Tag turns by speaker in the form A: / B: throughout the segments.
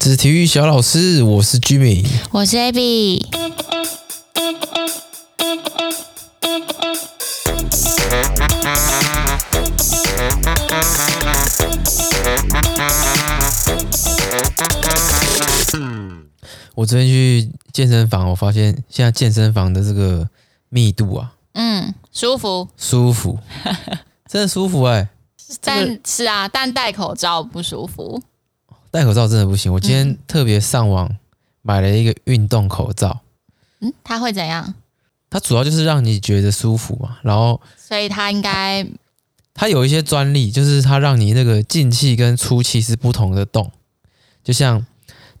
A: 是体育小老师，我是 Jimmy。
B: 我是 Abby。
A: 我昨天去健身房，我发现现在健身房的这个密度啊，
B: 嗯，舒服，
A: 舒服，真的舒服哎、
B: 但是啊，但戴口罩不舒服。
A: 戴口罩真的不行。我今天特别上网买了一个运动口罩，
B: 嗯，它会怎样？
A: 它主要就是让你觉得舒服嘛。然后
B: 所以它应该
A: 它有一些专利，就是它让你那个进气跟出气是不同的洞，就像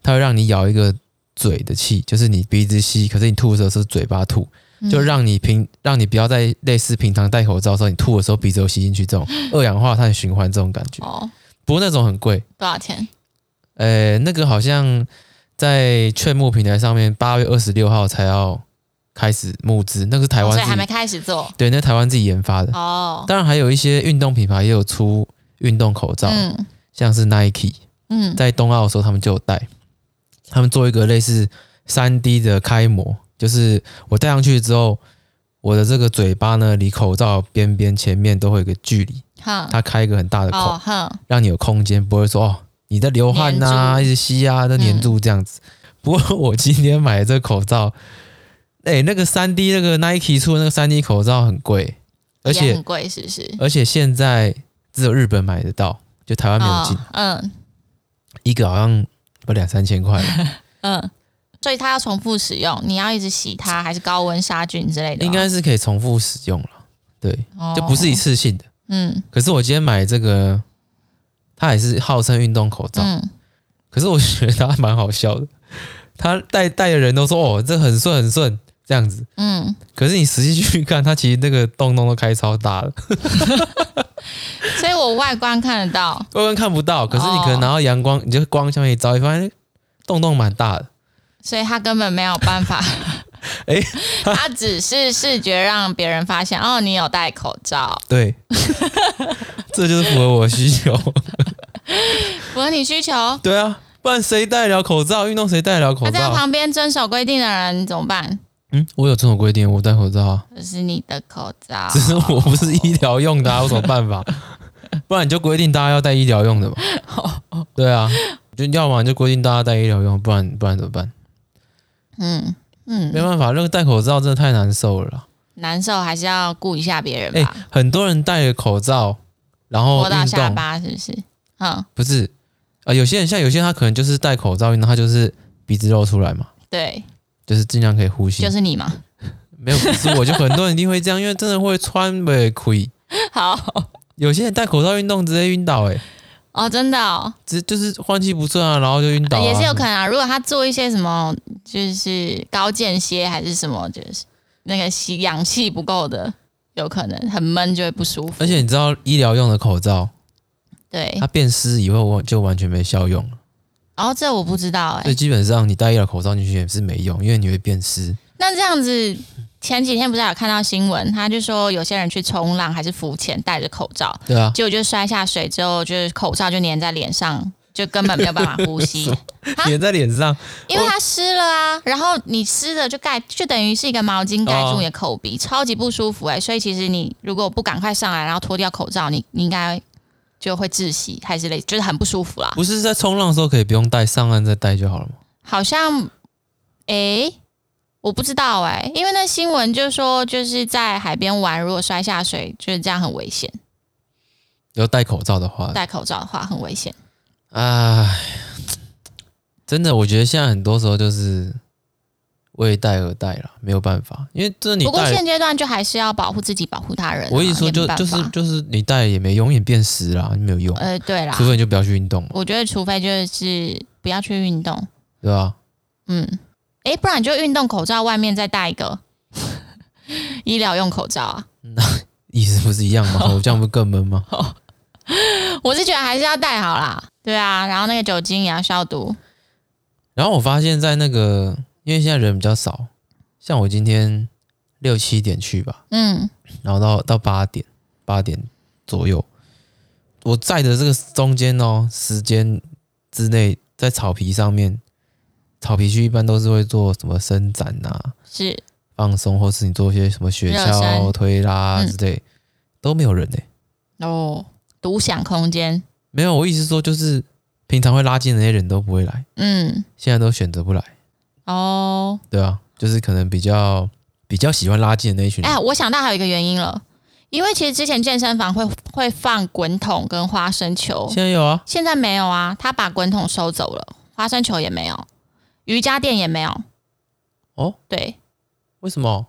A: 它会让你咬一个嘴的气，就是你鼻子吸，可是你吐的时候是嘴巴吐，
B: 嗯
A: 就让你平让你不要在类似平常戴口罩的时候，你吐的时候鼻子有吸进去 这种二氧化碳循环这种感觉。
B: 哦，
A: 不过那种很贵，
B: 多少钱？
A: 呃，那个好像在券募平台上面八月二十六号才要开始募资，那个是台湾
B: 哦所以还
A: 自
B: 没
A: 己
B: 开始做。
A: 对，那台湾自己研发的。
B: 哦，
A: 当然还有一些运动品牌也有出运动口罩，
B: 嗯
A: 像是 Nike
B: 嗯，
A: 在冬奥的时候他们就有戴，他们做一个类似三 D 的开模，就是我戴上去之后，我的这个嘴巴呢离口罩边边前面都会有个距离，
B: 哼，
A: 它开一个很大的口，
B: 哦哼，
A: 让你有空间，不会说哦你在流汗呐、
B: 黏住嗯
A: 一直吸啊，在黏住这样子。不过我今天买的这个口罩，哎、那个三 D 那个 Nike 出的那个三 D 口罩很贵，而
B: 也
A: 且
B: 很贵，是不是？
A: 而且现在只有日本买得到，就台湾没有进，
B: 哦，嗯
A: 一个好像不两三千块吧，
B: 嗯，所以它要重复使用，你要一直洗它，还是高温杀菌之类的吗？啊
A: 应该是可以重复使用了，对，
B: 哦
A: 就不是一次性的。
B: 嗯
A: 可是我今天买这个，它也是号称运动口罩，
B: 嗯，
A: 可是我觉得它蛮好笑的，它戴戴的人都说哦这很顺很顺这样子。
B: 嗯，
A: 可是你实际去看，它其实那个洞洞都开超大了，
B: 所以我外观看得到，
A: 外观看不
B: 哦
A: 到。可是你可能拿到阳光，你就光下面一照，你发现洞洞蛮大的。
B: 所以他根本没有办法。
A: 诶
B: 他只是视觉让别人发现哦，你有戴口罩。
A: 对，这就是符合我的需求。
B: 符合你需求，
A: 对啊，不然谁戴得了口罩？运动谁戴得了口
B: 那啊在
A: 罩？
B: 旁边遵守规定的人怎么办？
A: 嗯，我有这种规定，我戴口罩啊，
B: 这是你的口 罩
A: 只，是我不是医疗用的、啊，有什么办 法？不然你就规定大家要戴医疗用的嘛。
B: 哦
A: 对啊，就要么你就规定大家戴医疗用，不然不然怎么办？
B: 嗯
A: 没
B: 嗯，
A: 办法，那个戴口罩真的太难受了啦。
B: 难受还是要顾一下别
A: 哎、
B: 人吧。
A: 很多人戴着口罩，然后哦
B: 活
A: 运
B: 到下
A: 动
B: 巴是不是？嗯，
A: 不是啊、呃有些人像有些人他可能就是戴口罩运动，他就是鼻子露出来嘛，
B: 对，
A: 就是尽量可以呼吸。
B: 就是 你嘛。
A: 没有，不是我就很多人一定会这样，因为真的会穿呗亏。
B: 好
A: 有些人戴口罩运动直接晕倒、欸，哎，
B: 哦，真的哦，
A: 直就是换气不顺啊，然后就晕倒、啊，
B: 也是有可能啊。如果他做一些什么，就是高间歇还是什么，就是那个吸氧气不够的，有可能很闷就会不舒服。
A: 而且你知道医疗用的口罩，
B: 对
A: 它，变湿以后我就完全没效用了，
B: 哦，这我不知道哎、
A: 所以基本上你戴医疗口罩进去也是没用，因为你会变湿。
B: 那这样子，前几天不是有看到新闻，他就说有些人去冲浪还是浮潜戴着口罩，
A: 对啊，
B: 结果就摔下水之后，就是口罩就粘在脸上，就根本没有办法呼 吸，啊
A: 粘在脸上，
B: 因为它湿了啊。然后你湿了就盖，就等于是一个毛巾盖
A: 哦
B: 住你的口鼻，超级不舒服哎、所以其实你如果不赶快上来，然后脱掉口罩，你你应该就会窒息还是累，就是很不舒服啦。
A: 不是在冲浪的时候可以不用戴，上岸再戴就好了吗？
B: 好像，诶，我不知道诶，因为那新闻就说就是在海边玩，如果摔下水，就是这样很危险。
A: 有戴口罩的话，
B: 戴口罩的话很危险。
A: 唉，真的，我觉得现在很多时候就是为戴而戴了，没有办法，因为这你
B: 不过
A: 戴了，
B: 现阶段就还是要保护自己，保护他人啊、
A: 我一直说
B: 也没
A: 就
B: 办法
A: 就是就是你戴也没用，也变湿啦，没有用，
B: 呃，对啦
A: 除，非你就不要去运动了，
B: 我觉得除非就是不要去运动，
A: 对吧？
B: 嗯，诶，不然你就运动口罩外面再戴一个 医疗用口罩啊。
A: 意思不是一样 吗？我这样不更闷吗？
B: 我是觉得还是要戴好啦，对啊，然后那个酒精也要消毒，
A: 然后我发现，在那个因为现在人比较少，像我今天六七点去吧，
B: 嗯
A: 然后到到八点八点左右，我在的这个中间哦时间之内，在草皮上面，草皮区一般都是会做什么伸展啊、
B: 是
A: 放松，或是你做一些什么雪
B: 热
A: 橇、
B: 身
A: 推拉
B: 嗯
A: 之类，都没有人呢、欸
B: 哦，独享空间，
A: 没有，我意思是说就是平常会拉近的那些人都不会来，
B: 嗯，
A: 现在都选择不来，
B: 哦，
A: 对啊，就是可能比较比较喜欢拉近的那一群人。
B: 哎，我想到还有一个原因了，因为其实之前健身房会会放滚筒跟花生球，
A: 现在有啊，
B: 现在没有啊，他把滚筒收走了，花生球也没有，瑜伽垫也没有，
A: 哦，
B: 对，
A: 为什么？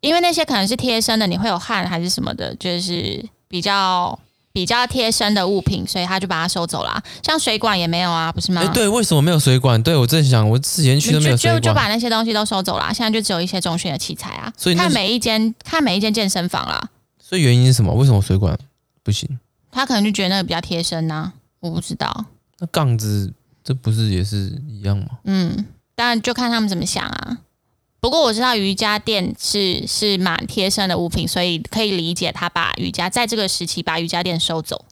B: 因为那些可能是贴身的，你会有汗还是什么的，就是比较比较贴身的物品，所以他就把它收走啦。像水管也没有啊，不是吗？
A: 哎、对，为什么没有水管？对我正想，我之前去都没
B: 就
A: 有
B: 就
A: 水
B: 就
A: 管，
B: 把那些东西都收走啦，现在就只有一些中训的器材啊。
A: 所以那
B: 看
A: 是
B: 每一间看每一间健身房啦，
A: 所以原因是什么？为什么水管不行？
B: 他可能就觉得那个比较贴身呐、我不知道。
A: 那杠子这不是也是一样吗？
B: 嗯，但就看他们怎么想啊。不过我知道瑜伽垫是是蛮贴身的物品，所以可以理解他把瑜伽在这个时期把瑜伽垫收走。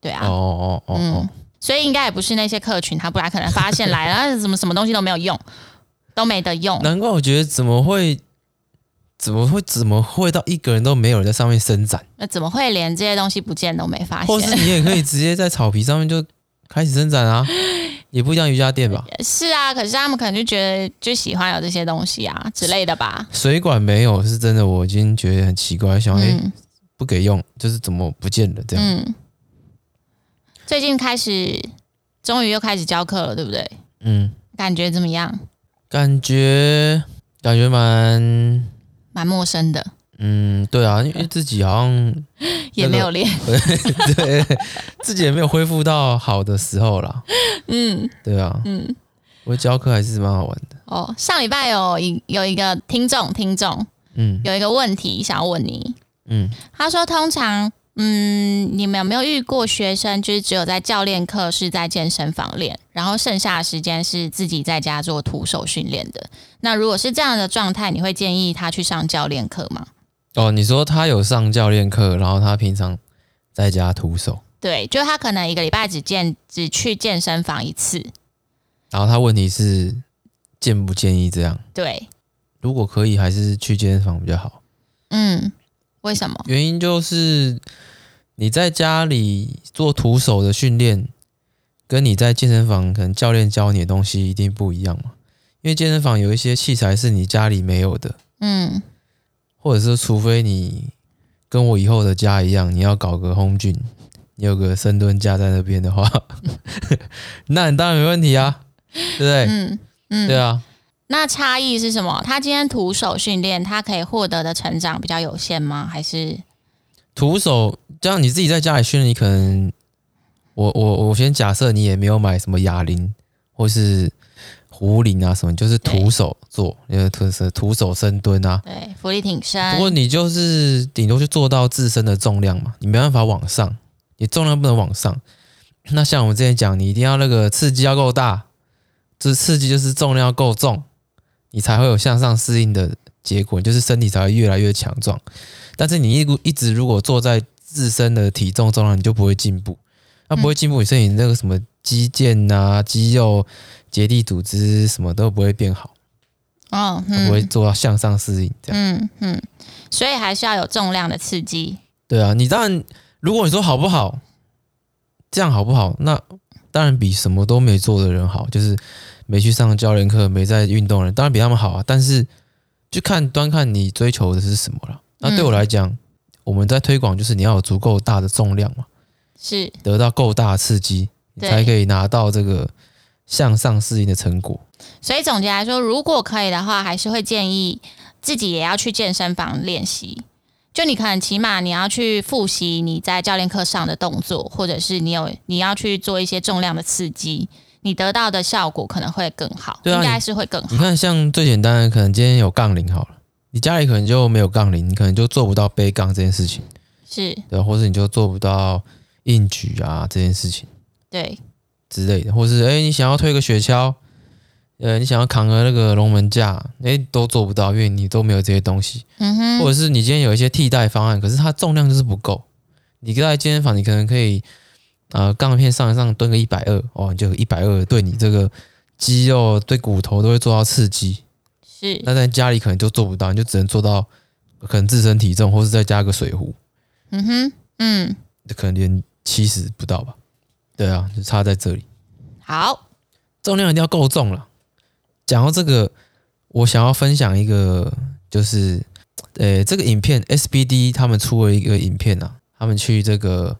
B: 对
A: 哦
B: 啊，
A: 哦哦哦
B: 嗯，，所以应该也不是那些客群，他不然可能发现 来了，啊怎么什么东西都没有用，都没得用。
A: 难怪我觉得怎么会怎么会怎么会到一个人都没有人在上面伸展，
B: 那怎么会连这些东西不见都没发
A: 或是
B: 现？
A: 你也可以直接在草皮上面就开始伸展 啊，也不一样瑜伽垫吧？
B: 是啊，可是他们可能就觉得就喜欢有这些东西啊之类的吧。
A: 水管没有是真的，我已经觉得很奇怪，想哎、诶
B: 嗯
A: 不给用，就是怎么不见了这样？
B: 嗯，最近开始，终于又开始教课了，对不对？
A: 嗯，
B: 感觉怎么样？
A: 感觉感觉蛮
B: 蛮陌生的，
A: 嗯，对啊，因为自己好像
B: 也没有练。
A: 对自己也没有恢复到好的时候啦，
B: 嗯
A: 对啊，
B: 嗯，
A: 我教课还是蛮好玩的，
B: 哦，上礼拜有一有一个听众听众
A: 嗯
B: 有一个问题想要问你，
A: 嗯，
B: 他说，通常，嗯，你们有没有遇过学生，就是只有在教练课是在健身房练，然后剩下的时间是自己在家做徒手训练的？那如果是这样的状态，你会建议他去上教练课吗？
A: 哦，你说他有上教练课，然后他平常在家徒手，
B: 对，就他可能一个礼拜只健只去健身房一次，
A: 然后他问题是建不建议这样？
B: 对，
A: 如果可以，还是去健身房比较好。
B: 嗯，为什么？
A: 原因就是你在家里做徒手的训练，跟你在健身房可能教练教你的东西一定不一样嘛。因为健身房有一些器材是你家里没有的，
B: 嗯，
A: 或者是除非你跟我以后的家一样，你要搞个 home gym，你有个深蹲架在那边的话， 那你当然没问题啊，对不对？
B: 嗯。嗯，
A: 对啊，
B: 那差异是什么？他今天徒手训练，他可以获得的成长比较有限吗？还是
A: 徒手这样你自己在家里训练，你可能我我我先假设你也没有买什么哑铃或是壶铃啊什么，就是徒手做，呃，徒手徒手深蹲啊。
B: 对浮力挺身？
A: 不过你就是顶多就做到自身的重量嘛，你没办法往上，你重量不能往上。那像我们之前讲，你一定要那个刺激要够大，这刺激就是重量要够重，你才会有向上适应的结果，就是身体才会越来越强壮。但是你一一直如果坐在自身的体重重量，你就不会进步。那不会进步，你身体那个什么肌腱啊、肌肉、结缔组织什么都不会变好，
B: 哦，
A: 它
B: 嗯、
A: 不会做到向上适应这样。
B: 嗯嗯，所以还是要有重量的刺激。
A: 对啊，你当然，如果你说好不好，这样好不好？那当然比什么都没做的人好，就是没去上教练课、没在运动的人，当然比他们好啊。但是就看端看你追求的是什么了。那对我来讲，我们在推广就是你要有足够大的重量嘛，
B: 是，
A: 得到够大的刺激，你
B: 对
A: 才可以拿到这个向上适应的成果。
B: 所以总结来说，如果可以的话，还是会建议自己也要去健身房练习。就你可能起码你要去复习你在教练课上的动作，或者是你有你要去做一些重量的刺激，你得到的效果可能会更好，
A: 对啊
B: 应该
A: 你
B: 是会更好
A: 你。看，像最简单的，可能今天有杠铃好了，你家里可能就没有杠铃，你可能就做不到背杠这件事情。
B: 是
A: 对啊，或是你就做不到硬举啊这件事情
B: 对，
A: 之类的，或是哎、诶你想要推个雪橇，呃，你想要扛个那个龙门架，哎、都做不到，因为你都没有这些东西，
B: 嗯
A: 或者
B: 哼，
A: 是你今天有一些替代方案，可是它重量就是不够，你在健身房你可能可以呃杠片上一上蹲个一百二，哇，你就一百二对你这个肌肉对骨头都会做到刺激。
B: 是
A: 那在家里可能就做不到，你就只能做到可能自身体重，或是再加个水壶，
B: 嗯哼，嗯，
A: 可能连七十不到吧。对啊，就差在这里，
B: 好，
A: 重量一定要够重了。讲到这个，我想要分享一个，就是呃，这个影片 SBD 他们出了一个影片啊，他们去这个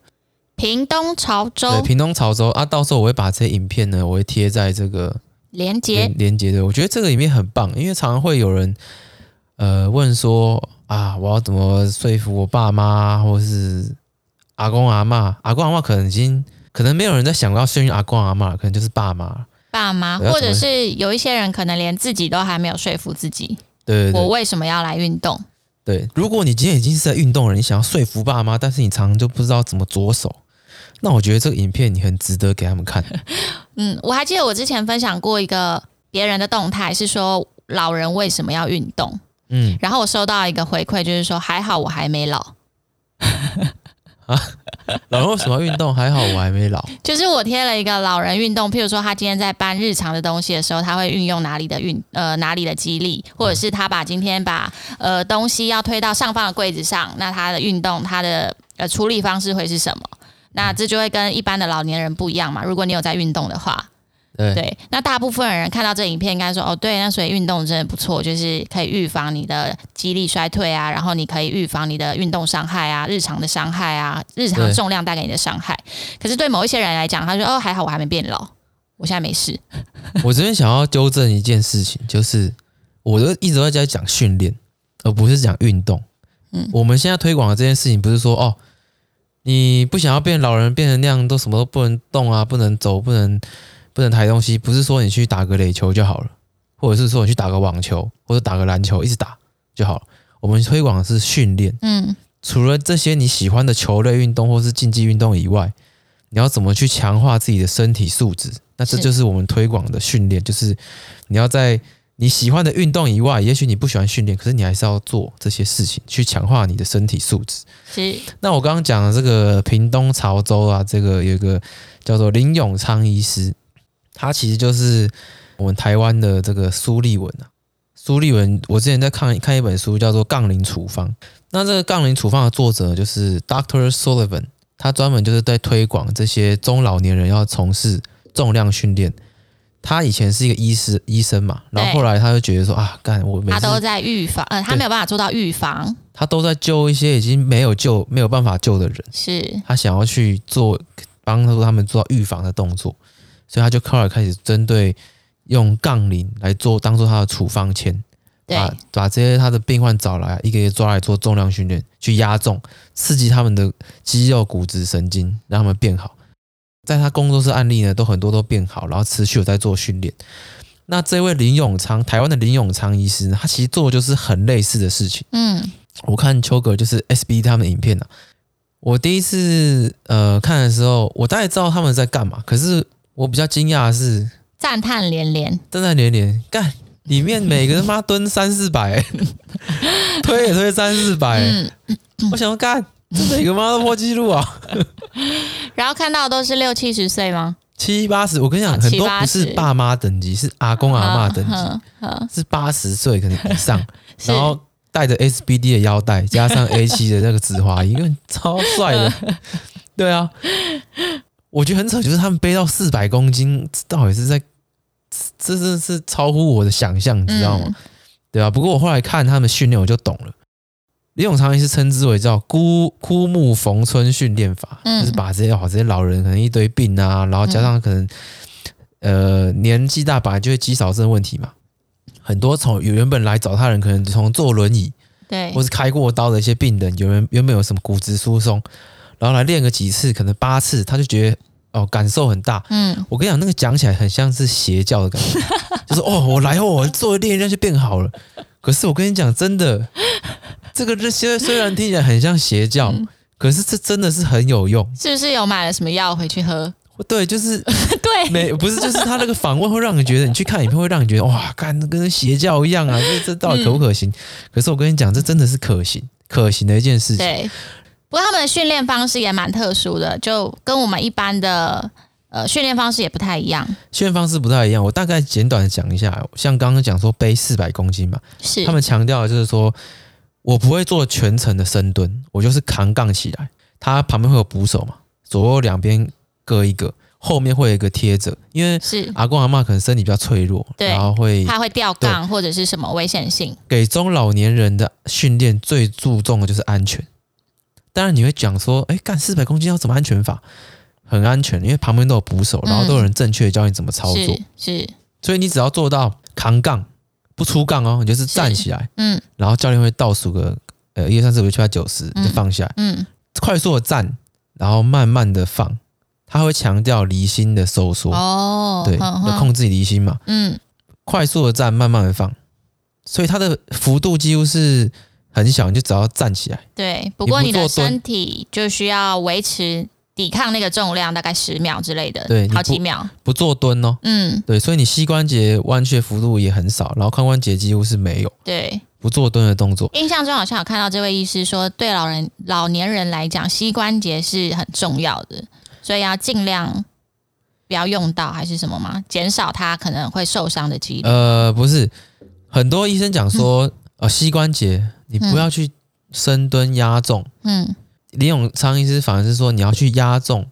B: 屏东潮
A: 对，
B: 州
A: 屏东潮州啊，到时候我会把这些影片呢，我会贴在这个
B: 连
A: 连
B: 接，
A: 连接的。我觉得这个影片很棒，因为常常会有人呃问说啊，我要怎么说服我爸妈或是阿公阿嬷？阿公阿嬷可能已经可能没有人在想要训练阿公阿嬷，可能就是爸妈。
B: 爸妈，
A: 我要
B: 或者
A: 怎么
B: 是有一些人可能连自己都还没有说服自己，
A: 对对对
B: 我为什么要来运动？
A: 对，如果你今天已经是在运动了，你想要说服爸妈，但是你常常就不知道怎么着手，那我觉得这个影片你很值得给他们看。
B: 嗯，我还记得我之前分享过一个别人的动态，是说老人为什么要运动，
A: 嗯，
B: 然后我收到一个回馈，就是说还好我还没老，
A: 老人为什么要运动？还好我还没老。
B: 就是我贴了一个老人运动，譬如说他今天在搬日常的东西的时候，他会运用哪里的运呃哪里的肌力，或者是他把今天把呃东西要推到上方的柜子上，那他的运动他的呃处理方式会是什么？那这就会跟一般的老年人不一样嘛。如果你有在运动的话，
A: 对
B: 对，那大部分人看到这影片，应该说哦，对，那所以运动真的不错，就是可以预防你的肌力衰退啊，然后你可以预防你的运动伤害啊，日常的伤害啊，日常
A: 对
B: 重量带给你的伤害。可是对某一些人来讲，他说哦，还好我还没变老，我现在没事。
A: 我这边想要纠正一件事情，就是我都一直都在讲训练，而不是讲运动。
B: 嗯
A: 我们现在推广的这件事情，不是说哦，你不想要变老人变成那样，都什么都不能动啊，不能走，不能不能抬东西，不是说你去打个垒球就好了，或者是说你去打个网球或者打个篮球，一直打就好了。我们推广的是训练，
B: 嗯，
A: 除了这些你喜欢的球类运动或是竞技运动以外，你要怎么去强化自己的身体素质？那这
B: 是
A: 就是我们推广的训练，就是你要在你喜欢的运动以外，也许你不喜欢训练，可是你还是要做这些事情去强化你的身体素质。
B: 是
A: 那我刚刚讲的这个屏东潮州啊，这个有一个叫做林永昌医师，他其实就是我们台湾的这个苏立文啊。苏立文，我之前在看看一本书叫做《杠铃处方》，那这个《杠铃处方》的作者就是 Doctor Sullivan，他专门就是在推广这些中老年人要从事重量训练。他以前是一个医师医生嘛，然后
B: 对
A: 后来他就觉得说啊，干我每
B: 他
A: 次
B: 都在预防，呃，他
A: 对
B: 没有办法做到预防，
A: 他都在救一些已经没有救没有办法救的人。
B: 是
A: 他想要去做帮助他们做到预防的动作，所以他就后来开始针对用杠铃来做当做他的处方签，
B: 对，
A: 把把这些他的病患找来，一个一个抓来做重量训练，去压重，刺激他们的肌肉、骨质、神经，让他们变好。在他工作室案例呢，都很多都变好，然后持续有在做训练。那这位林永昌，台湾的林永昌医师呢，他其实做的就是很类似的事情。
B: 嗯，
A: 我看秋哥就是 SB 他们的影片啊，我第一次呃看的时候，我大概知道他们在干嘛，可是我比较惊讶的是，
B: 赞叹连连，
A: 正在连连干里面每个他妈蹲三四百， 推也推三四百，
B: 嗯，
A: 我想要干这每个妈都破纪录啊，
B: 然后看到的都是六七十岁吗？
A: 七八十，我跟你讲，
B: 啊
A: 很多
B: 七八
A: 不
B: 十
A: 是爸妈等级，是阿公阿嬷等级，
B: 嗯嗯嗯
A: 是八十岁可能以上，
B: 是
A: 然后带着 SBD 的腰带，加上 A 七的那个紫花衣，因为超帅的。对啊，我觉得很扯，就是他们背到四百公斤，这到底是在这这这是超乎我的想象，你知道吗？
B: 嗯
A: 对啊，不过我后来看他们训练，我就懂了。李永昌医师称之为叫枯枯木逢春训练法，
B: 嗯
A: 就是把这些好这些老人可能一堆病啊，然后加上可能、呃年纪大，本来就会肌少症问题嘛，很多从有原本来找他人，可能从坐轮椅
B: 对
A: 或，是开过刀的一些病人，有人原本有什么骨质疏松，然后来练个几次，可能八次，他就觉得哦感受很大，
B: 嗯，
A: 我跟你讲，那个讲起来很像是邪教的感觉，就是哦，我来哦，我做练一练就变好了。可是我跟你讲，真的，这个这些虽然听起来很像邪教，可是这真的是很有用。
B: 是不是有买了什么药回去喝？
A: 对，就是
B: 对，
A: 没不是，就是他那个访问会让你觉得，你去看影片会让你觉得哇，干跟邪教一样啊，这这到底可不可行？可是我跟你讲，这真的是可行，可行的一件事情。
B: 对，不过他们的训练方式也蛮特殊的，就跟我们一般的呃训练方式也不太一样。
A: 训练方式不太一样，我大概简短的讲一下。像刚刚讲说背四百公斤嘛，
B: 是
A: 他们强调的就是说我不会做全程的深蹲，我就是扛杠起来。它旁边会有捕手嘛，左右两边各一个，后面会有一个贴着，因为
B: 是
A: 阿公阿嬷可能身体比较脆弱，
B: 对
A: 然后会
B: 怕会掉杠或者是什么危险性，
A: 给中老年人的训练最注重的就是安全。当然你会讲说，哎，干四百公斤要怎么安全法？很安全，因为旁边都有捕手，
B: 嗯
A: 然后都有人正确地教你怎么操作。
B: 是是
A: 所以你只要做到扛杠不出杠哦，你就是站起来，
B: 嗯
A: 然后教练会倒数个呃一二三四五六七八九十就
B: 嗯
A: 放下来，
B: 嗯
A: 快速的站，然后慢慢的放。他会强调离心的收缩，
B: 哦，
A: 对，
B: 哼
A: 要
B: 哼
A: 控制离心嘛。
B: 嗯
A: 快速的站，慢慢的放，所以它的幅度几乎是很小，你就只要站起来。
B: 对。不过你的
A: 做蹲
B: 身体就需要维持抵抗那个重量，大概十秒之类的，
A: 对你
B: 好几
A: 不
B: 秒，
A: 不做蹲哦。
B: 嗯，
A: 对，所以你膝关节弯曲的幅度也很少，然后髋关节几乎是没有
B: 对。
A: 不做蹲的动作。
B: 印象中好像有看到这位医师说，对老人老年人来讲，膝关节是很重要的，所以要尽量不要用到，还是什么吗？减少他可能会受伤的几率。
A: 呃，不是，很多医生讲
B: 嗯
A: 说，呃，膝关节你不要去深蹲压重。
B: 嗯，
A: 林永昌医师反而是说，你要去压重，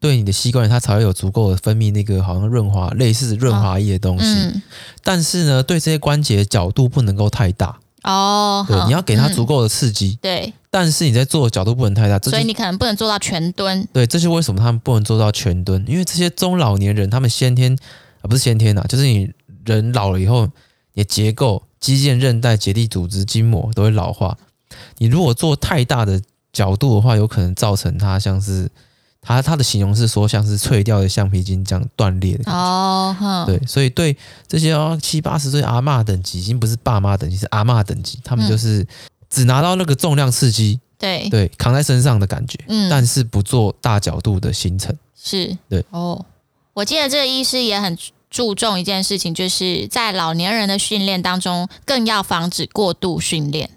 A: 对你的膝关节它才会有足够的分泌那个好像润滑类似润滑液的东西。
B: 嗯，
A: 但是呢，对这些关节角度不能够太大。
B: 哦，
A: 对，
B: 好
A: 你要给它足、
B: 嗯
A: 够的刺激，
B: 对，
A: 但是你在做的角度不能太大。这就
B: 所以你可能不能做到全蹲。
A: 对，这是为什么他们不能做到全蹲，因为这些中老年人他们先天啊不是先天啊，就是你人老了以后，你的结构、肌腱、韧带、结缔组织、筋膜都会老化。你如果做太大的角度的话，有可能造成它像是它它的形容是说像是脆掉的橡皮筋这样断裂的感觉。
B: 哦，哼，
A: 对，所以对这些哦七八十岁阿嬷等级，已经不是爸妈等级，是阿嬷等级，他们
B: 嗯
A: 就是只拿到那个重量刺激，
B: 对，
A: 对，扛在身上的感觉，
B: 嗯，
A: 但是不做大角度的行程。
B: 是，
A: 对，
B: 哦，我记得这个医师也很注重一件事情，就是在老年人的训练当中，更要防止过度训练。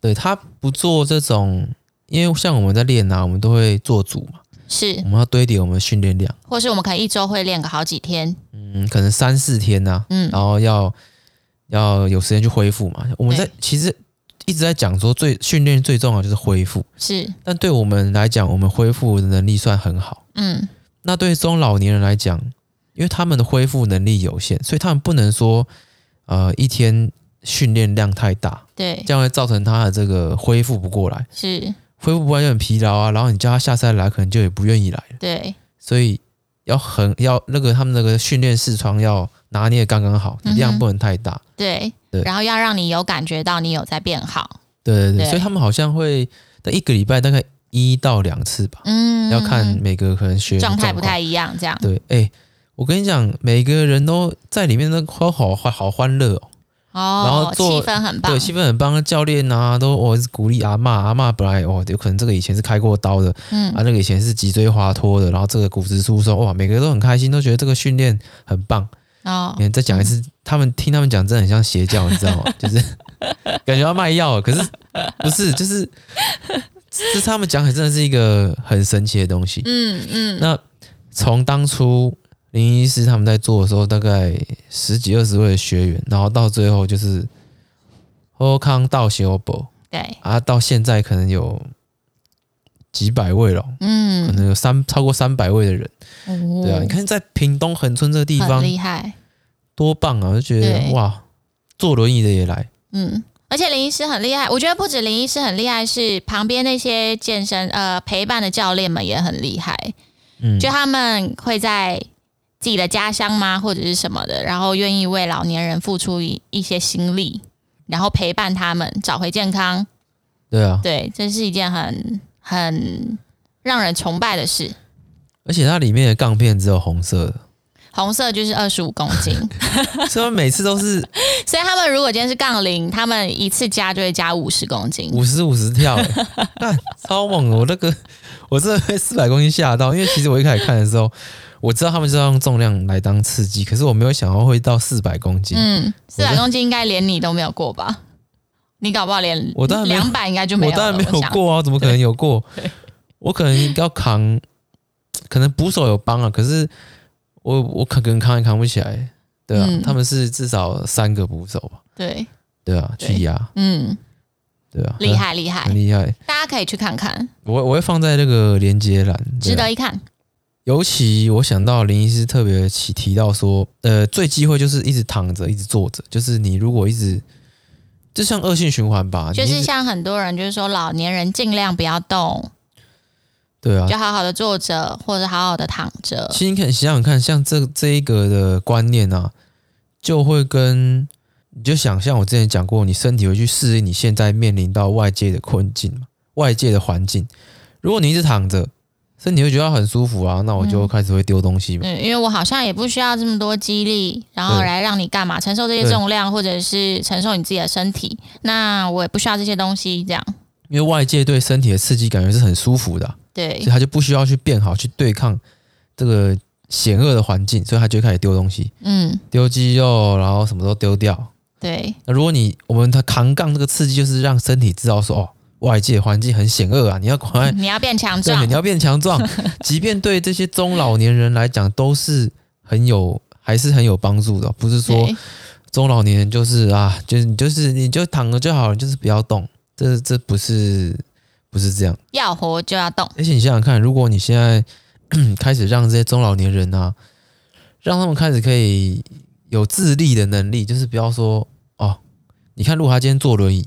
A: 对他不做这种，因为像我们在练啊，我们都会做组嘛，
B: 是
A: 我，们要堆叠我们的训练量，
B: 或是我们可能一周会练个好几天。
A: 嗯，可能三四天呐、
B: 嗯
A: 然后要要有时间去恢复嘛。我们在
B: 对
A: 其实一直在讲说最训练最重要就是恢复，
B: 是，
A: 但对我们来讲，我们恢复的能力算很好。
B: 嗯，
A: 那对中老年人来讲，因为他们的恢复能力有限，所以他们不能说呃一天训练量太大，
B: 对，
A: 这样会造成他的这个恢复不过来，
B: 是，
A: 恢复不过来就很疲劳啊。然后你叫他下赛来，可能就也不愿意来了。
B: 对，
A: 所以要很要那个他们那个训练视窗要拿捏得刚刚好，
B: 嗯哼
A: 量不能太大。
B: 对，
A: 对
B: 然后要让你有感觉到你有在变好。
A: 对对对，
B: 对
A: 所以他们好像会在一个礼拜大概一到两次吧，
B: 嗯，
A: 要看每个可能学员的
B: 状态不
A: 况
B: 太一样，这样。
A: 对，哎、我跟你讲，每个人都在里面都好好欢好欢乐哦，然
B: 哦
A: 后，
B: 气
A: 做
B: 氛很棒
A: 对，。气氛很棒。教练啊，都我、是鼓励阿嬷，阿嬷本来哦，有可能这个以前是开过刀的，啊，
B: 嗯，
A: 那个以前是脊椎滑脱的，然后这个骨质疏松，哇，每个人都很开心，都觉得这个训练很棒。
B: 哦
A: 你，看再讲一次，他们听他们讲，真的很像邪教，你知道吗？ 就是感觉要卖药了，可是不是，就是这他们讲，真的是一个很神奇的东西。
B: 嗯嗯，
A: 那从当初林医师他们在做的时候，大概十几二十位的学员，然后到最后就是欧康到修博
B: 对，
A: 啊，到现在可能有几百位了，可
B: 嗯，
A: 能有三超过三百位的人，对啊，
B: 哦
A: 你看在屏东恒春这个地
B: 很
A: 方
B: 厉害。
A: 多棒啊，就觉
B: 对
A: 得哇，坐轮椅的也来，
B: 嗯，而且林医师很厉害，我觉得不止林医师很厉害，是旁边那些健身呃陪伴的教练们也很厉害，
A: 嗯
B: 就他们会在自己的家乡吗，或者是什么的，然后愿意为老年人付出一一些心力，然后陪伴他们找回健康，
A: 对啊，
B: 对，这是一件很很让人崇拜的事。
A: 而且它里面的杠片只有红色的，
B: 红色就是二十五公 斤，
A: 所以它每次都是
B: 所以他们如果今天是杠铃，他们一次加就会加五十公斤。
A: 五十五十跳、欸，干超猛的！我那个我真的被四百公斤吓到，因为其实我一开始看的时候，我知道他们是要用重量来当刺激，可是我没有想到会到四百公斤。
B: 嗯，四
A: 我
B: 百
A: 觉得
B: 公斤应该连你都没有过吧？你搞不好连
A: 我当然没有
B: 两百应该就没
A: 我
B: 有了。
A: 当然没有
B: 想
A: 过啊，怎么可能有过？我可能要扛，可能捕手有帮啊，可是我我可能扛也扛不起来。对啊，
B: 嗯
A: 他们是至少三个捕手吧？
B: 对，
A: 对啊，
B: 对
A: 去压，
B: 嗯，
A: 对啊，
B: 厉害厉
A: 很，很
B: 害，
A: 厉害。
B: 大家可以去看看，
A: 我我会放在那个连接栏，对啊
B: 值得一看。
A: 尤其我想到林医师特别提提到说，呃，最忌讳就是一直躺着，一直坐着，就是你如果一直，就像恶性循环吧，
B: 就
A: 啊你一
B: 是
A: 直
B: 像很多人就是说，老年人尽量不要动，
A: 对啊，
B: 就好好的坐着或者好好的躺着。
A: 其实你看想想看，像这这一个的观念啊，就会跟你就想像我之前讲过，你身体会去适应你现在面临到外界的困境嘛，外界的环境。如果你一直躺着，身体会觉得很舒服啊，那我就
B: 嗯
A: 开始会丢东西嘛。
B: 嗯，因为我好像也不需要这么多肌力，然后
A: 对
B: 来让你干嘛承受这些
A: 对
B: 重量，或者是承受你自己的身体。那我也不需要这些东西，这样
A: 因为外界对身体的刺激感觉是很舒服的啊、所以
B: 对
A: 他就不需要去变好去对抗这个险恶的环境，所以他就会开始丢东西，
B: 嗯，
A: 丢肌肉，然后什么都丢掉。
B: 对，
A: 那如果你我们他扛杠这个刺激，就是让身体知道说哦，外界环境很险恶啊，你要赶快，
B: 你要变强
A: 对，
B: 壮
A: 你，要变强 壮。即便对这些中老年人来讲，都是很有还是很有帮助的，不是说
B: 对
A: 中老年人就是啊，就是你就是你就躺着就好了，你就是不要动。这这不是不是这样。
B: 要活就要动，
A: 而且你想想看，如果你现在 开始让这些中老年人啊，让他们开始可以有自立的能力，就是不要说哦，你看，如果他今天坐轮椅，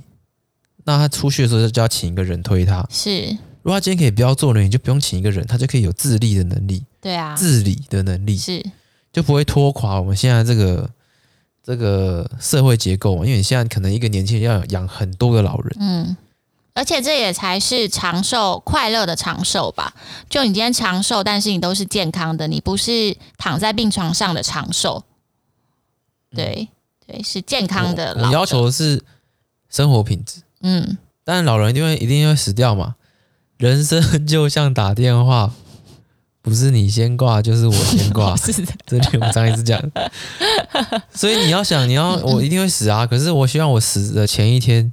A: 那他出去的时候就要请一个人推他；
B: 是
A: 如果他今天可以不要坐轮椅，就不用请一个人，他就可以有自立的能力、
B: 对啊，
A: 自理的能力，
B: 是
A: 就不会拖垮我们现在这个这个社会结构嘛。因为你现在可能一个年轻人要养很多个老人，
B: 嗯，而且这也才是长寿快乐的长寿吧。就你今天长寿，但是你都是健康的，你不是躺在病床上的长寿。对、对，是健康的
A: 嗯我
B: 老
A: 我
B: 的。
A: 要求的是生活品质。
B: 嗯，，
A: 当然老人一定会一定会死掉嘛。人生就像打电话，不是你先挂就是我先挂
B: 是的，
A: 这里我们上一次讲的。所以你要想，你要我一定会死啊，可是我希望我死的前一天，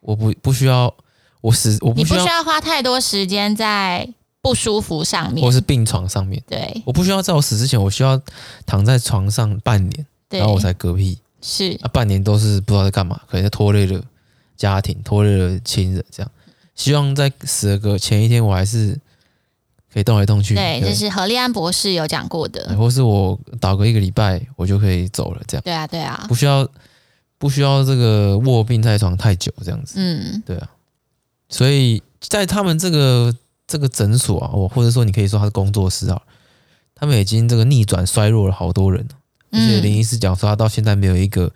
A: 我不不需要我死，我
B: 你
A: 不
B: 不
A: 需要
B: 需要花太多时间在不舒服上
A: 我
B: 面。
A: 是病床上面，
B: 对
A: 我不需要在我死之前，我需要躺在床上半年，
B: 对
A: 然后我才嗝屁。
B: 是
A: 啊，半年都是不知道在干嘛，可能在拖累了家庭，拖累了亲人，这样。希望在死的个前一天，我还是可以动来动去，
B: 对，这是何立安博士有讲过
A: 哎
B: 的。
A: 或是我倒个一个礼拜，我就可以走了，这样
B: 对啊，对啊
A: 不，需要不需要这个卧病在床太久这样子。
B: 嗯，
A: 所以在他们这个这个诊所啊，我或者说你可以说他是工作室啊，他们已经这个逆转衰弱了好多人了。而且林
B: 嗯，
A: 医师讲说，他到现在没有一个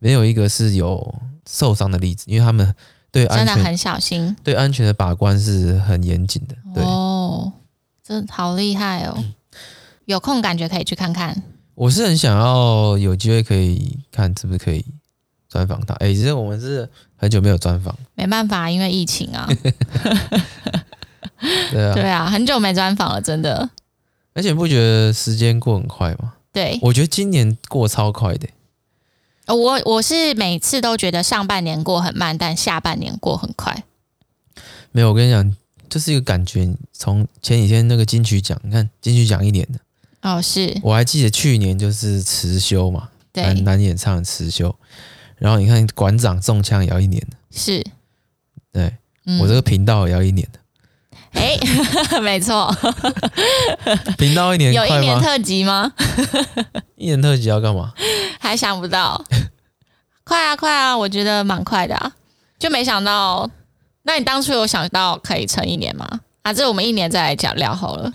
A: 没有一个是有受伤的例子，因为他们对安
B: 真的
A: 全
B: 很小心
A: 对安全的把关是很严谨的。对、嗯
B: 哦，真的好厉害哦！有空感觉可以去看看。
A: 我是很想要有机会可以看是不是可以专访他。哎、其实我们是很久没有专访，
B: 没办法，因为疫情啊，
A: 对啊，
B: 对啊，很久没专访了，真的。
A: 而且你不觉得时间过很快吗？
B: 对，
A: 我觉得今年过超快的、
B: 呃我我是每次都觉得上半年过很慢，但下半年过很快。
A: 没有，我跟你讲，就是一个感觉。从前几天那个金曲奖，你看金曲奖一年的，
B: 哦，是
A: 我还记得去年就是辞休嘛，男
B: 对，
A: 男演唱辞修，然后你看馆长中枪也要一年的，
B: 是，
A: 对、
B: 嗯
A: 我这个频道也要一年的，
B: 哎， 没错，
A: 频道一年
B: 有一
A: 快
B: 年
A: 吗？
B: 特辑吗？
A: 一年特辑要干嘛？
B: 还想不到， 快啊快啊，我觉得蛮快的啊，就没想到。那你当初有想到可以撑一年吗？啊，这我们一年再来讲聊好了。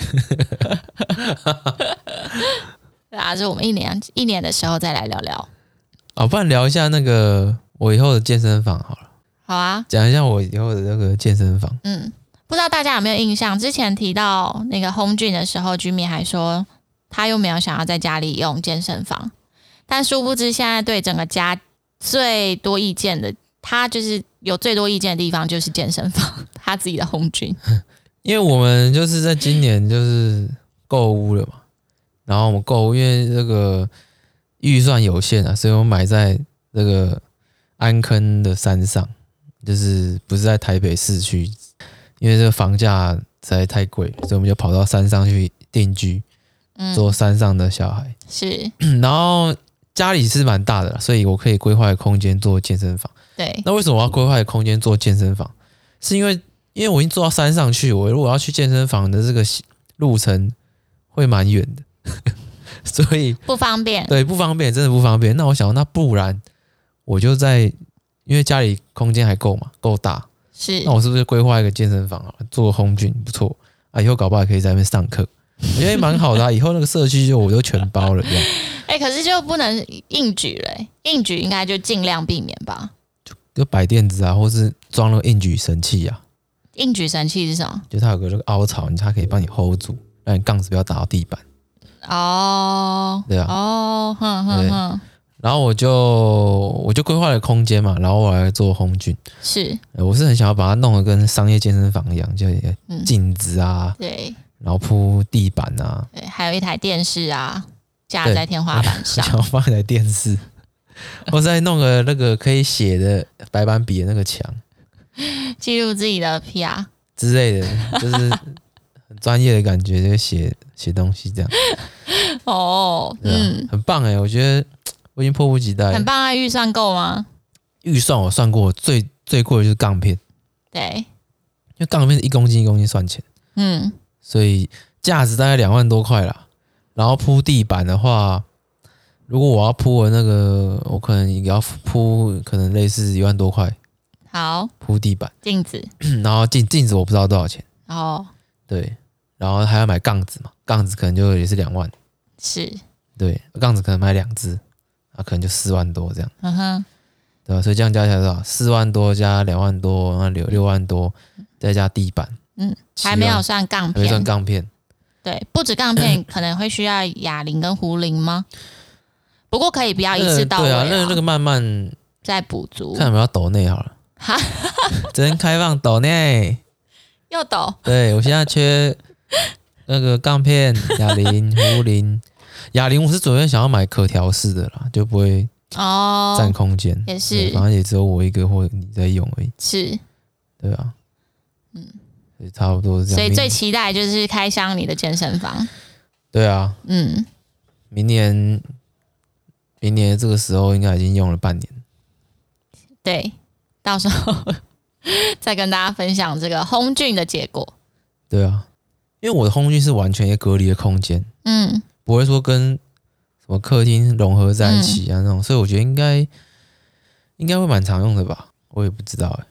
B: 对啊，这我们一年一年的时候再来聊聊。
A: 哦，不然聊一下那个我以后的健身房好了，
B: 好啊，
A: 讲一下我以后的那个健身房。
B: 嗯，不知道大家有没有印象？之前提到那个轰俊的时候，居民还说他又没有想要在家里用健身房，但殊不知现在对整个家最多意见的，他就是有最多意见的地方就是健身房， 他自己的轰俊。
A: 因为我们就是在今年就是购物了嘛，然后我们购物因为这个预算有限啊，所以我们买在这个安坑的山上，就是不是在台北市区，因为这个房价实在太贵，所以我们就跑到山上去定居，
B: 嗯，
A: 做山上的小孩。
B: 是
A: 然后家里是蛮大的啦，所以我可以规划的空间做健身房。
B: 对，
A: 那为什么我要规划的空间做健身房？是因为因为我已经坐到山上去，我如果要去健身房的这个路程会蛮远的， 所以
B: 不方便，
A: 对，不方便，真的不方便。那我想，那不然我就在，因为家里空间还够嘛，够大，
B: 是
A: 那我是不是规划一个健身房啊？做个 home gym 不错啊，以后搞不好也可以在那边上课，我觉得蛮好的啊。以后那个社区就我都全包了，这样
B: 哎、可是就不能硬举嘞、硬举应该就尽量避免吧。
A: 就摆垫子啊，或是装那个硬举神器啊，
B: 硬举神器是什么？
A: 就它有个这个凹槽，它可以帮你 hold 住，让你杠子不要打到地板。
B: 哦，
A: 对啊
B: 哦，哼哼
A: 对
B: 哼，
A: 然后我就我就规划了空间嘛，然后我来做 home gym。
B: 是，
A: 呃我是很想要把它弄得跟商业健身房一样，就
B: 嗯
A: 镜子啊，
B: 对
A: 然后铺地板 啊，
B: 对，还有一台电视啊，架
A: 对
B: 在天花板 上
A: 想，要放一台电视， 或再弄个那个可以写的白板笔的那个墙
B: 记录自己的 PR。
A: 之类的，就是很专业的感觉，就写写东西这样，
B: 哦，
A: 对啊，哎
B: 嗯，
A: 很棒哎、我觉得我已经迫不及待
B: 很
A: 了。
B: 棒啊，预算够吗？
A: 预算我算过，我最最贵的就是杠片，
B: 对，
A: 因为杠片是一公斤一公斤算钱，
B: 嗯，
A: 所以价值大概两万多块啦。然后铺地板的话，如果我要铺我那个，我可能也要铺可能类似一万多块
B: 好，
A: 铺地板。
B: 镜子，哦
A: 然后镜镜子我不知道多少钱，
B: 然后
A: 对，然后还要买杠子嘛，杠子可能就也是两万，
B: 是，
A: 对，杠子可能买两只，啊，可能就四万多这样，
B: 嗯哼，
A: 对吧？所以这样加起来多少？四万多加两万多，那六六万多，再加地板，
B: 嗯，
A: 七
B: 还没
A: 万
B: 有算杠
A: 啊还没算
B: 片，
A: 杠片，
B: 对，不止杠片，可能会需要哑铃跟壶铃吗？不过可以不要一次到
A: 那个
B: 位
A: 对
B: 啊
A: 啊，那个那个慢慢
B: 再补足
A: 看，有没有要抖内好了，
B: 哈，
A: 真开放抖内，
B: 又抖，
A: 对我现在缺那个杠片、哑铃、壶铃， 哑铃我是准备想要买可调式的啦，就不会
B: 哦，
A: 占空间、
B: 也
A: 对
B: 是
A: 反正也只有我一个或你在用而已，
B: 是，
A: 对啊，嗯，所以差不多是这样。
B: 所以最
A: 明
B: 期待就是开箱你的健身房。
A: 对啊，
B: 嗯，
A: 明年明年这个时候应该已经用了半年，
B: 对，到时候 再跟大家分享这个轰俊的结果。
A: 对啊，因为我的空间是完全一个隔离的空间，
B: 嗯，
A: 不会说跟什么客厅融合在一起
B: 嗯
A: 啊那种，所以我觉得应该应该会蛮常用的吧，我也不知道哎、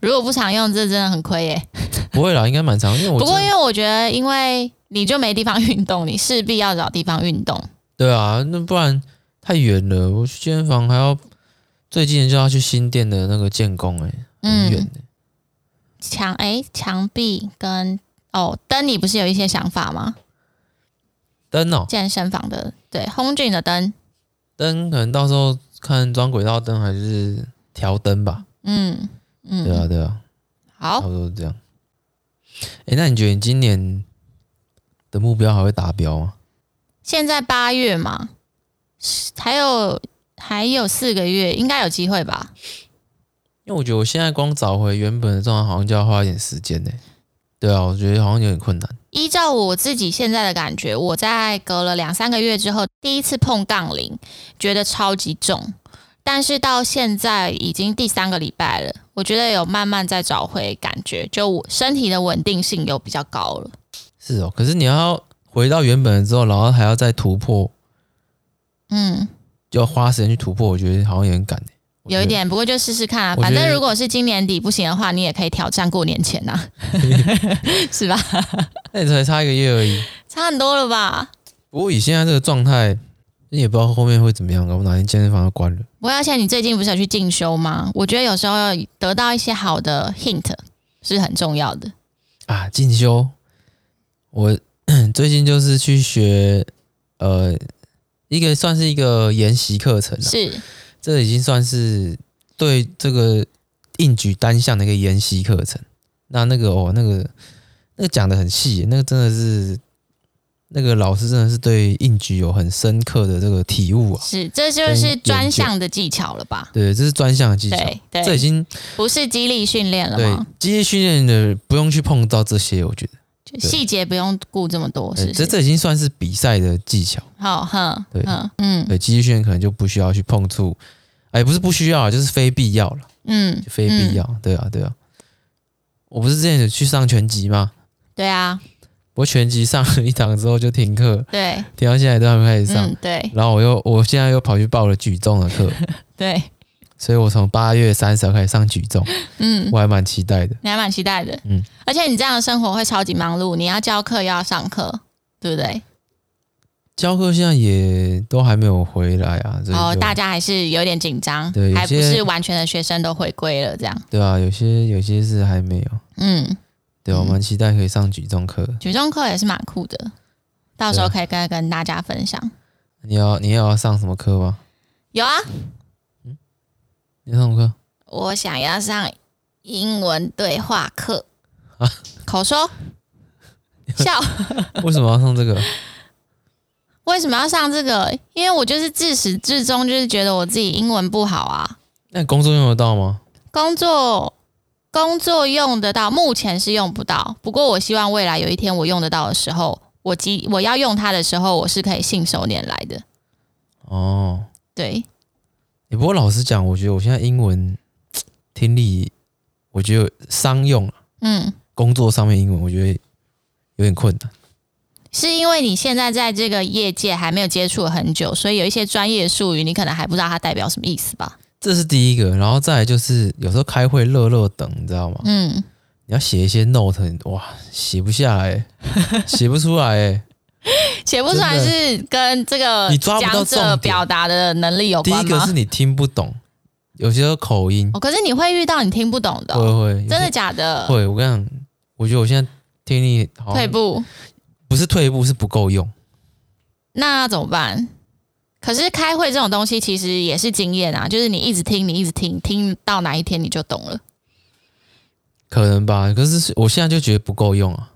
B: 如果不常用，这真的很亏耶。
A: 不会啦，应该蛮常，因为我
B: 不过
A: 真
B: 因
A: 的
B: 为我觉得，因为你就没地方运动，你势必要找地方运动。
A: 对啊，那不然太远了，我去健身房还要最近就要去新店的那个建工哎、很远、
B: 嗯，墙哎，墙壁跟哦灯，你不是有一些想法吗？
A: 灯哦，
B: 健身房的对轰俊的灯，
A: 灯可能到时候看装轨道灯还是调灯吧。
B: 嗯嗯，
A: 对啊，对啊，差
B: 好，
A: 不多是这样。哎，那你觉得你今年的目标还会达标吗？
B: 现在八月嘛，是还有还有四个月，应该有机会吧？
A: 因为我觉得我现在光找回原本的状态，好像就要花一点时间呢、对啊，我觉得好像有点困难。
B: 依照我自己现在的感觉，我在隔了两三个月之后，第一次碰杠铃，觉得超级重，但是到现在已经第三个礼拜了，我觉得有慢慢在找回感觉，就我身体的稳定性有比较高了。
A: 是哦，可是你要回到原本之后，然后还要再突破，
B: 嗯，
A: 就要花时间去突破，我觉得好像有点赶、欸。我觉
B: 有一
A: 得
B: 点，不过就试试看啊。
A: 我觉
B: 反
A: 得
B: 正如果是今年底不行的话，你也可以挑战过年前呐、啊， 是吧？
A: 那你才差一个月而已。
B: 差很多了吧？
A: 不过以现在这个状态，你也不知道后面会怎么样。搞不好哪天健身房要关了。
B: 不过，而且你最近不是有去进修吗？我觉得有时候要得到一些好的 hint 是很重要的。
A: 啊，进修，我 最近就是去学，呃，一个算是一个研习课程啊了、
B: 是，
A: 这已经算是对这个硬举单项的一个研习课程。那那个哦，那个那个讲的很细耶，那个真的是那个老师真的是对硬举有很深刻的这个体悟啊。
B: 是，这就是专项的技巧了吧？
A: 对，这是专项的技巧，这
B: 对
A: 已
B: 对，
A: 经
B: 不是激励训练了
A: 对
B: 吗？
A: 机械训练的不用去碰到这些，我觉得，
B: 就细节不用顾这么多，是
A: 对
B: 不
A: 这
B: 是？
A: 这已经算是比赛的技巧。
B: 好，哼，
A: 对
B: 哼，嗯
A: 对，机械训练可能就不需要去碰触，哎，不是不需要啊，就是非必要了，
B: 嗯
A: 就，非必要。对啊，对啊。我不是之前有去上拳击吗？
B: 嗯对啊，
A: 我拳击上了一堂之后就停课，
B: 对，
A: 停到现在都还没开始上。
B: 嗯，对
A: 然后我又，我现在又跑去报了举重的课，
B: 对，
A: 所以我从八月三十号开始上举重，
B: 嗯，
A: 我还蛮期待的。
B: 你还蛮期待的，
A: 嗯
B: 嗯，而且你这样的生活会超级忙碌，你要教课又要上课，对不对？
A: 教课现在也都还没有回来啊，所以
B: 哦，
A: 就
B: 大家还是有点紧张
A: 对有，
B: 还不
A: 些
B: 是完全的学生都回归了，这样，
A: 对啊，有些有些是还没有，
B: 嗯，
A: 对啊、我蛮期待可以上举重课。
B: 举重课也是蛮酷的，到时
A: 啊
B: 候可以跟跟大家分享。
A: 你要你也要上什么课吗？
B: 有啊，
A: 你上什么课？
B: 我想要上英文对话课
A: 啊
B: 口说笑。
A: 为什么要上 这个？
B: 为什么要上这个？因为我就是自始至终就是觉得我自己英文不好啊，
A: 那你工作用得到吗？
B: 工作工作用得到，目前是用不到。不过我希望未来有一天我用得到的时候，我即我要用它的时候，我是可以信手拈来的。
A: 哦，
B: 对，
A: 也不过老实讲，我觉得我现在英文听力，我觉得商用啊
B: 嗯，
A: 工作上面英文，我觉得有点困难。
B: 是因为你现在在这个业界还没有接触很久，所以有一些专业术语你可能还不知道它代表什么意思吧？
A: 这是第一个，然后再来就是有时候开会乐乐等，你知道吗？
B: 嗯，
A: 你要写一些 note，你哇，写不下 来，写不出来欸。
B: 写不出来
A: 真的
B: 是跟这个
A: 你抓不到重
B: 讲者
A: 点
B: 表达的能力有
A: 第一
B: 关
A: 个
B: 吗
A: 是？你听不懂，有些时候口音
B: 哦，可是你会遇到你听不懂的哦、
A: 会会有些
B: 真的假的？
A: 会。我跟你讲，我觉得我现在听力好像
B: 退步，
A: 不是退步，是不够用。
B: 那怎么办？可是开会这种东西其实也是经验啊，就是你一直听，你一直听，听到哪一天你就懂了。
A: 可能吧，可是我现在就觉得不够用啊，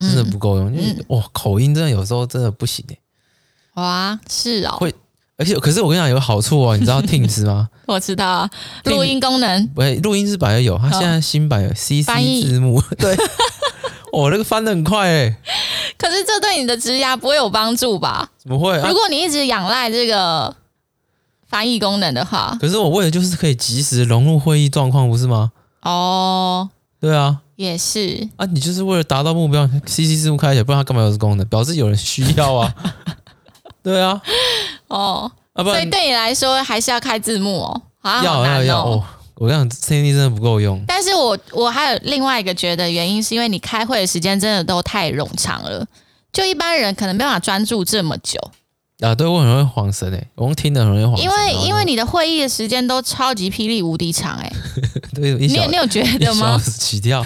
B: 嗯
A: 真的不够用，就是哇，口音真的有时候真的不行、欸、
B: 哇，是哦
A: 会，而且，可是我跟你讲有个好处哦，你知道 Teams 吗？
B: 我知道啊，
A: 听
B: 录音功能，
A: 喂，录音是版也有，它
B: 好
A: 现在新版有 CC
B: 翻译
A: 字幕， 对，我、那个翻的很快哎、
B: 可是这对你的职涯不会有帮助吧？
A: 怎么会、啊
B: 如？果你一直仰赖这个翻译功能的话，
A: 可是我为的就是可以及时融入会议状况，不是吗？
B: 哦，
A: 对啊，
B: 也是，
A: 啊，你就是为了达到目标，CC 字幕开起来，不然它干嘛有这功能？表示有人需要 啊，对啊，
B: 哦，
A: 啊不
B: 所以
A: 然
B: 对你来说还是要开字幕哦，啊，好
A: 要
B: 难
A: 要要
B: 哦
A: 哦，我跟你讲，听力真的不够用。
B: 但是我我还有另外一个觉得原因，是因为你开会的时间真的都太冗长了，就一般人可能没办法专注这么久，
A: 啊，对我很容易晃神诶、欸我用哦听的很容易晃神，
B: 因为
A: 然后就
B: 因为你的会议的时间都超级霹雳无敌长哎、
A: 对一
B: 你有
A: 小
B: 你有觉
A: 一
B: 得
A: 小啊
B: 吗？啊
A: 时起 跳，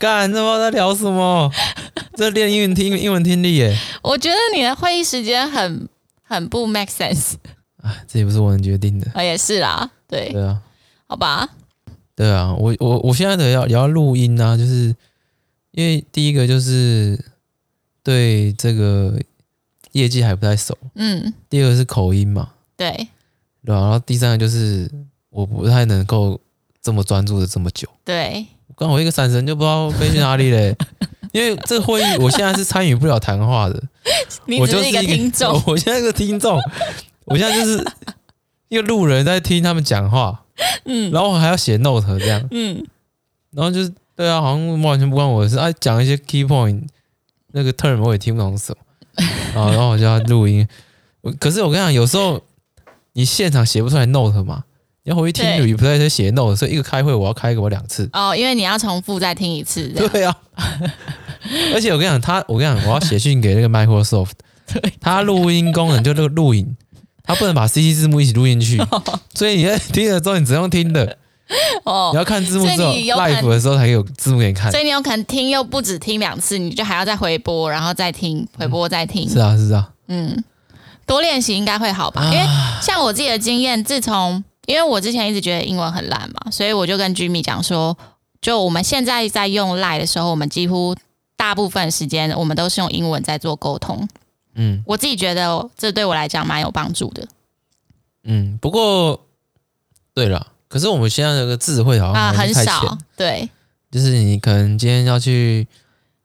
A: 干这么在聊什么？这练英文听英文听力耶、
B: 我觉得你的会议时间很很不 make sense，
A: 哎，这也不是我能决定的。
B: 啊也是啦，对，
A: 对啊，
B: 好吧，
A: 对啊，我我我现在的要也要录音啊，就是因为第一个就是对这个业绩还不太熟，
B: 嗯，
A: 第二个是口音嘛，
B: 对
A: 对啊吧、然后第三个就是我不太能够这么专注的这么久。
B: 对，
A: 刚我一个闪神就不知道飞去哪里嘞。因为这会议我现在是参与不了谈话的，
B: 你
A: 我
B: 只
A: 就是
B: 一个听众，
A: 我现在是个听众，我现在就是一个路人在听他们讲话，
B: 嗯
A: 然后我还要写 note 这样，
B: 嗯，
A: 然后就是对啊，好像完全不关我的事，哎、讲一些 key point 那个 term 我也听不懂是什 么，啊，然后我就要录音，我可是我跟你讲，有时候你现场写不出来 note 嘛，你要回去听
B: 对
A: replay 再写 note，所以一个开会我要开个我两次，
B: 哦，因为你要重复再听一次，这样
A: 对啊，而且我跟你讲，他我跟你讲，我要写信给那个 Microsoft，他录音功能就那个录影，他不能把 CC 字幕一起录进去，所以你在听的时候，你只能用听的，
B: 哦
A: 你，要看字幕之
B: 所
A: 后
B: 以你有可能
A: ，live 的时候才有字幕给你看
B: 所。以你有可能听又不止听两次，你就还要再回播，然后再听，回播再听，
A: 是啊，是啊，
B: 嗯，多练习应该会好吧？因为
A: 啊，
B: 像我自己的经验，自从因为我之前一直觉得英文很烂嘛，所以我就跟 Jimmy 讲说，就我们现在在用 Line 的时候，我们几乎大部分时间我们都是用英文在做沟通，
A: 嗯
B: 我自己觉得这对我来讲蛮有帮助的
A: 嗯。不过，对了，可是我们现在这个智慧好
B: 啊，
A: 像还
B: 很
A: 是太浅，
B: 少。对，
A: 就是你可能今天要去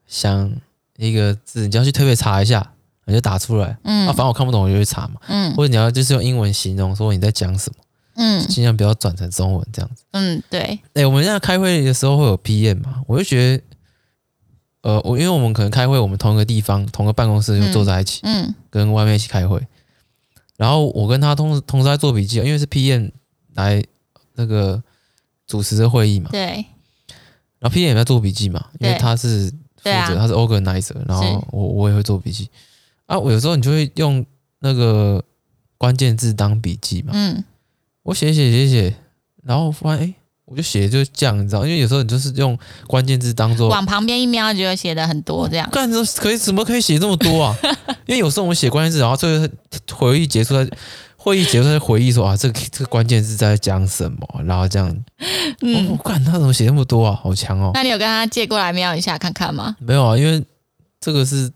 A: 想一个字，你就要去特别查一下，你就打出来。啊，
B: 嗯
A: 反正我看不懂，我就去查嘛。
B: 嗯
A: 或者你要就是用英文形容说你在讲什么，
B: 嗯
A: 尽量不要转成中文这样子。
B: 嗯，对，
A: 哎、我们现在开会的时候会有 PM 嘛？我就觉得，呃，我因为我们可能开会，我们同一个地方、同个办公室就坐在一起，
B: 嗯
A: 跟外面一起开会。然后我跟他同同时在做笔记，啊因为是 PM 来那个主持的会议嘛，
B: 对，
A: 然后 PM 也在做笔记嘛，因为
B: 对
A: 他是负责，
B: 对啊
A: 他是 organizer，然
B: 是
A: 后我我也会做笔记啊。我有时候你就会用那个关键字当笔记嘛，
B: 嗯
A: 我写写写写，然后发现哎、诶我就写就这样，你知道，因为有时候你就是用关键字当做，
B: 往旁边一瞄就写的很多这样。
A: 干这可以怎么可以写这么多 啊？因为有时候我们写关键字，然后最后回忆结束在会议结束在回忆说啊，这个这个关键字在讲什么，然后这样，我、
B: 嗯哎
A: 哦、，干他怎么写那么多啊，好强哦！
B: 那你有跟他借过来瞄一下看看吗？
A: 没有啊，因为这个是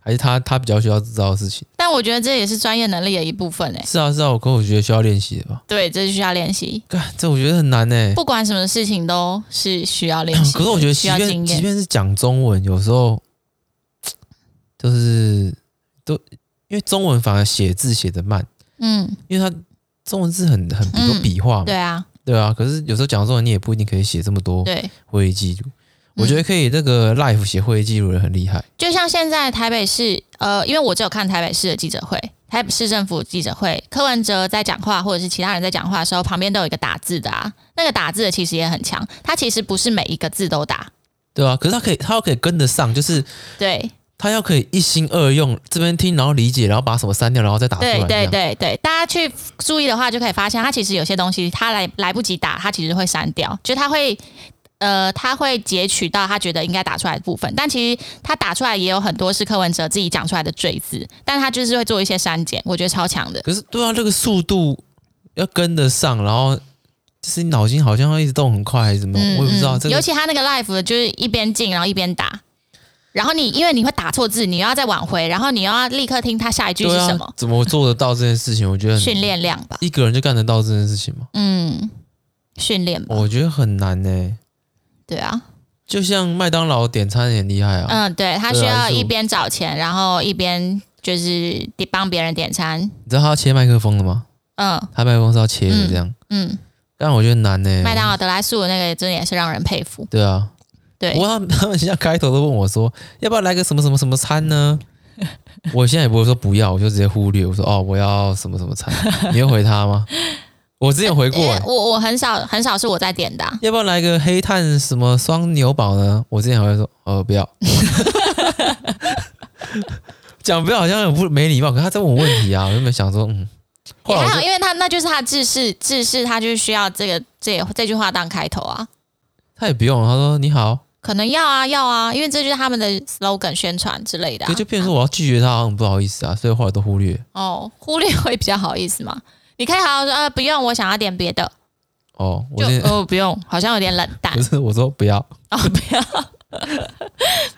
A: 还是他他比较需要知道的事情。
B: 但我觉得这也是专业能力的一部分诶、
A: 是啊是啊，我跟我觉得需要练习的吧。
B: 对，这是需要练习，
A: 干这我觉得很难呢、
B: 不管什么事情都是需要练习
A: 嗯
B: 的。
A: 可是我觉得，
B: 需
A: 即
B: 要
A: 便
B: 经
A: 即
B: 验。
A: 便是讲中文，有时候就是都因为中文反而写字写的慢，
B: 嗯，
A: 因为它中文字很很多
B: 嗯
A: 笔画嘛，
B: 对啊，
A: 对啊。可是有时候讲中文，你也不一定可以写这么多
B: 对，
A: 会议记录。我觉得可以，那个 life 写会议记录的很厉害。
B: 就像现在台北市，呃，因为我只有看台北市的记者会，台北市政府记者会，柯文哲在讲话或者是其他人在讲话的时候，旁边都有一个打字的啊，那个打字的其实也很强，他其实不是每一个字都打，
A: 对啊，可是他可
B: 嗯
A: 以，他要可以跟得上，就是
B: 对，
A: 他要可以一心二用，这边听，然后理解，然后把什么删掉，然后再打出来。
B: 对
A: 这
B: 对
A: 样
B: 对对，大家去注意的话，就可以发现它其实有些东西它来来不及打，它其实会删掉，就它会呃，它会截取到他觉得应该打出来的部分，但其实他打出来也有很多是柯文哲自己讲出来的赘字，但他就是会做一些删减，我觉得超强的。
A: 可是对啊，这个速度要跟得上，然后就是你脑筋好像要一直动很快还是怎么嗯样，我也不知道这
B: 嗯尤
A: 个。
B: 其他那个 live 就是一边进然后一边打，然后你因为你会打错字，你又要再挽回，然后你又要立刻听他下一句是
A: 对
B: 什
A: 啊
B: 么，，
A: 怎么做得到这件事情？我觉得很
B: 训练量吧，
A: 一个人就干得到这件事情吗？
B: 嗯，训练吧，
A: 我觉得很难欸呢、
B: 对啊。
A: 就像麦当劳点餐也很厉害啊，
B: 嗯，对他
A: 对
B: 需
A: 啊
B: 要
A: 就是
B: 一
A: 我
B: 边找钱，然后一边就是得帮别人点餐。
A: 你知道他要切麦克风了吗？
B: 嗯
A: 他麦克风是要切的这样，
B: 嗯，
A: 但我觉得很难呢、
B: 麦当劳德莱素的那个真的也是让人佩服。
A: 对啊，
B: 对
A: 不，过他们 他们现在开头都问我说，要不要来个什么什么什么餐 呢？我现在也不会说不要，我就直接忽略。我说哦，我要什么什么餐，你会回他吗？我之前有回 过、
B: 因为
A: 欸，
B: 我我很少很少是我在点的啊、
A: 要不要来个黑炭什么双牛堡呢？我之前还会说呃不 要，讲不要好像很不没礼貌，可是他在问我问题啊，我原本想说嗯，后
B: 也
A: 来
B: 还
A: 我
B: 好，
A: 就
B: 因为他那就是他制式制式，他就是需要这个这这句话当开头啊。
A: 他也不用，他说你好，
B: 可能要啊要啊，因为这就是他们的 slogan 宣传之类的啊、
A: 可就变成说我要拒绝他，好像很不好意思啊，所以后来都忽略。
B: 哦，忽略会比较好意思嘛。你可以好好说，呃，不用，我想要点别的，
A: 哦，我
B: 就
A: 之前
B: 哦不用，好像有点冷淡
A: 不是我说不要
B: 哦，不要，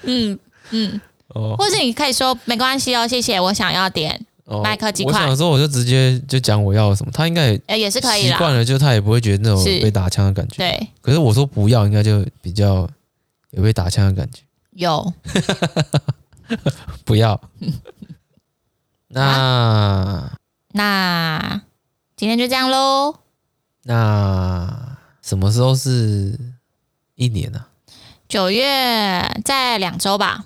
B: 嗯嗯，
A: 哦。
B: 或是你可以说没关系哦，谢谢，我想要点，
A: 哦
B: 麦克鸡
A: 我
B: 块
A: 想说，我就直接就讲我要什么，他应该也
B: 呃，也是可以
A: 习
B: 啦。
A: 惯了，就他也不会觉得那种
B: 是
A: 被打枪的感觉。
B: 对，
A: 可是我说不要，应该就比较有被打枪的感觉。
B: 有
A: 不 要。
B: 啊
A: 那
B: 那今天就这样喽。
A: 那什么时候是一年啊？
B: 九月在两周吧。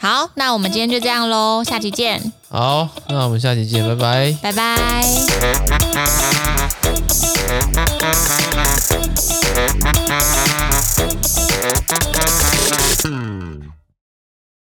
B: 好，那我们今天就这样喽，下期见，
A: 好，那我们下期见，拜拜。
B: 拜拜。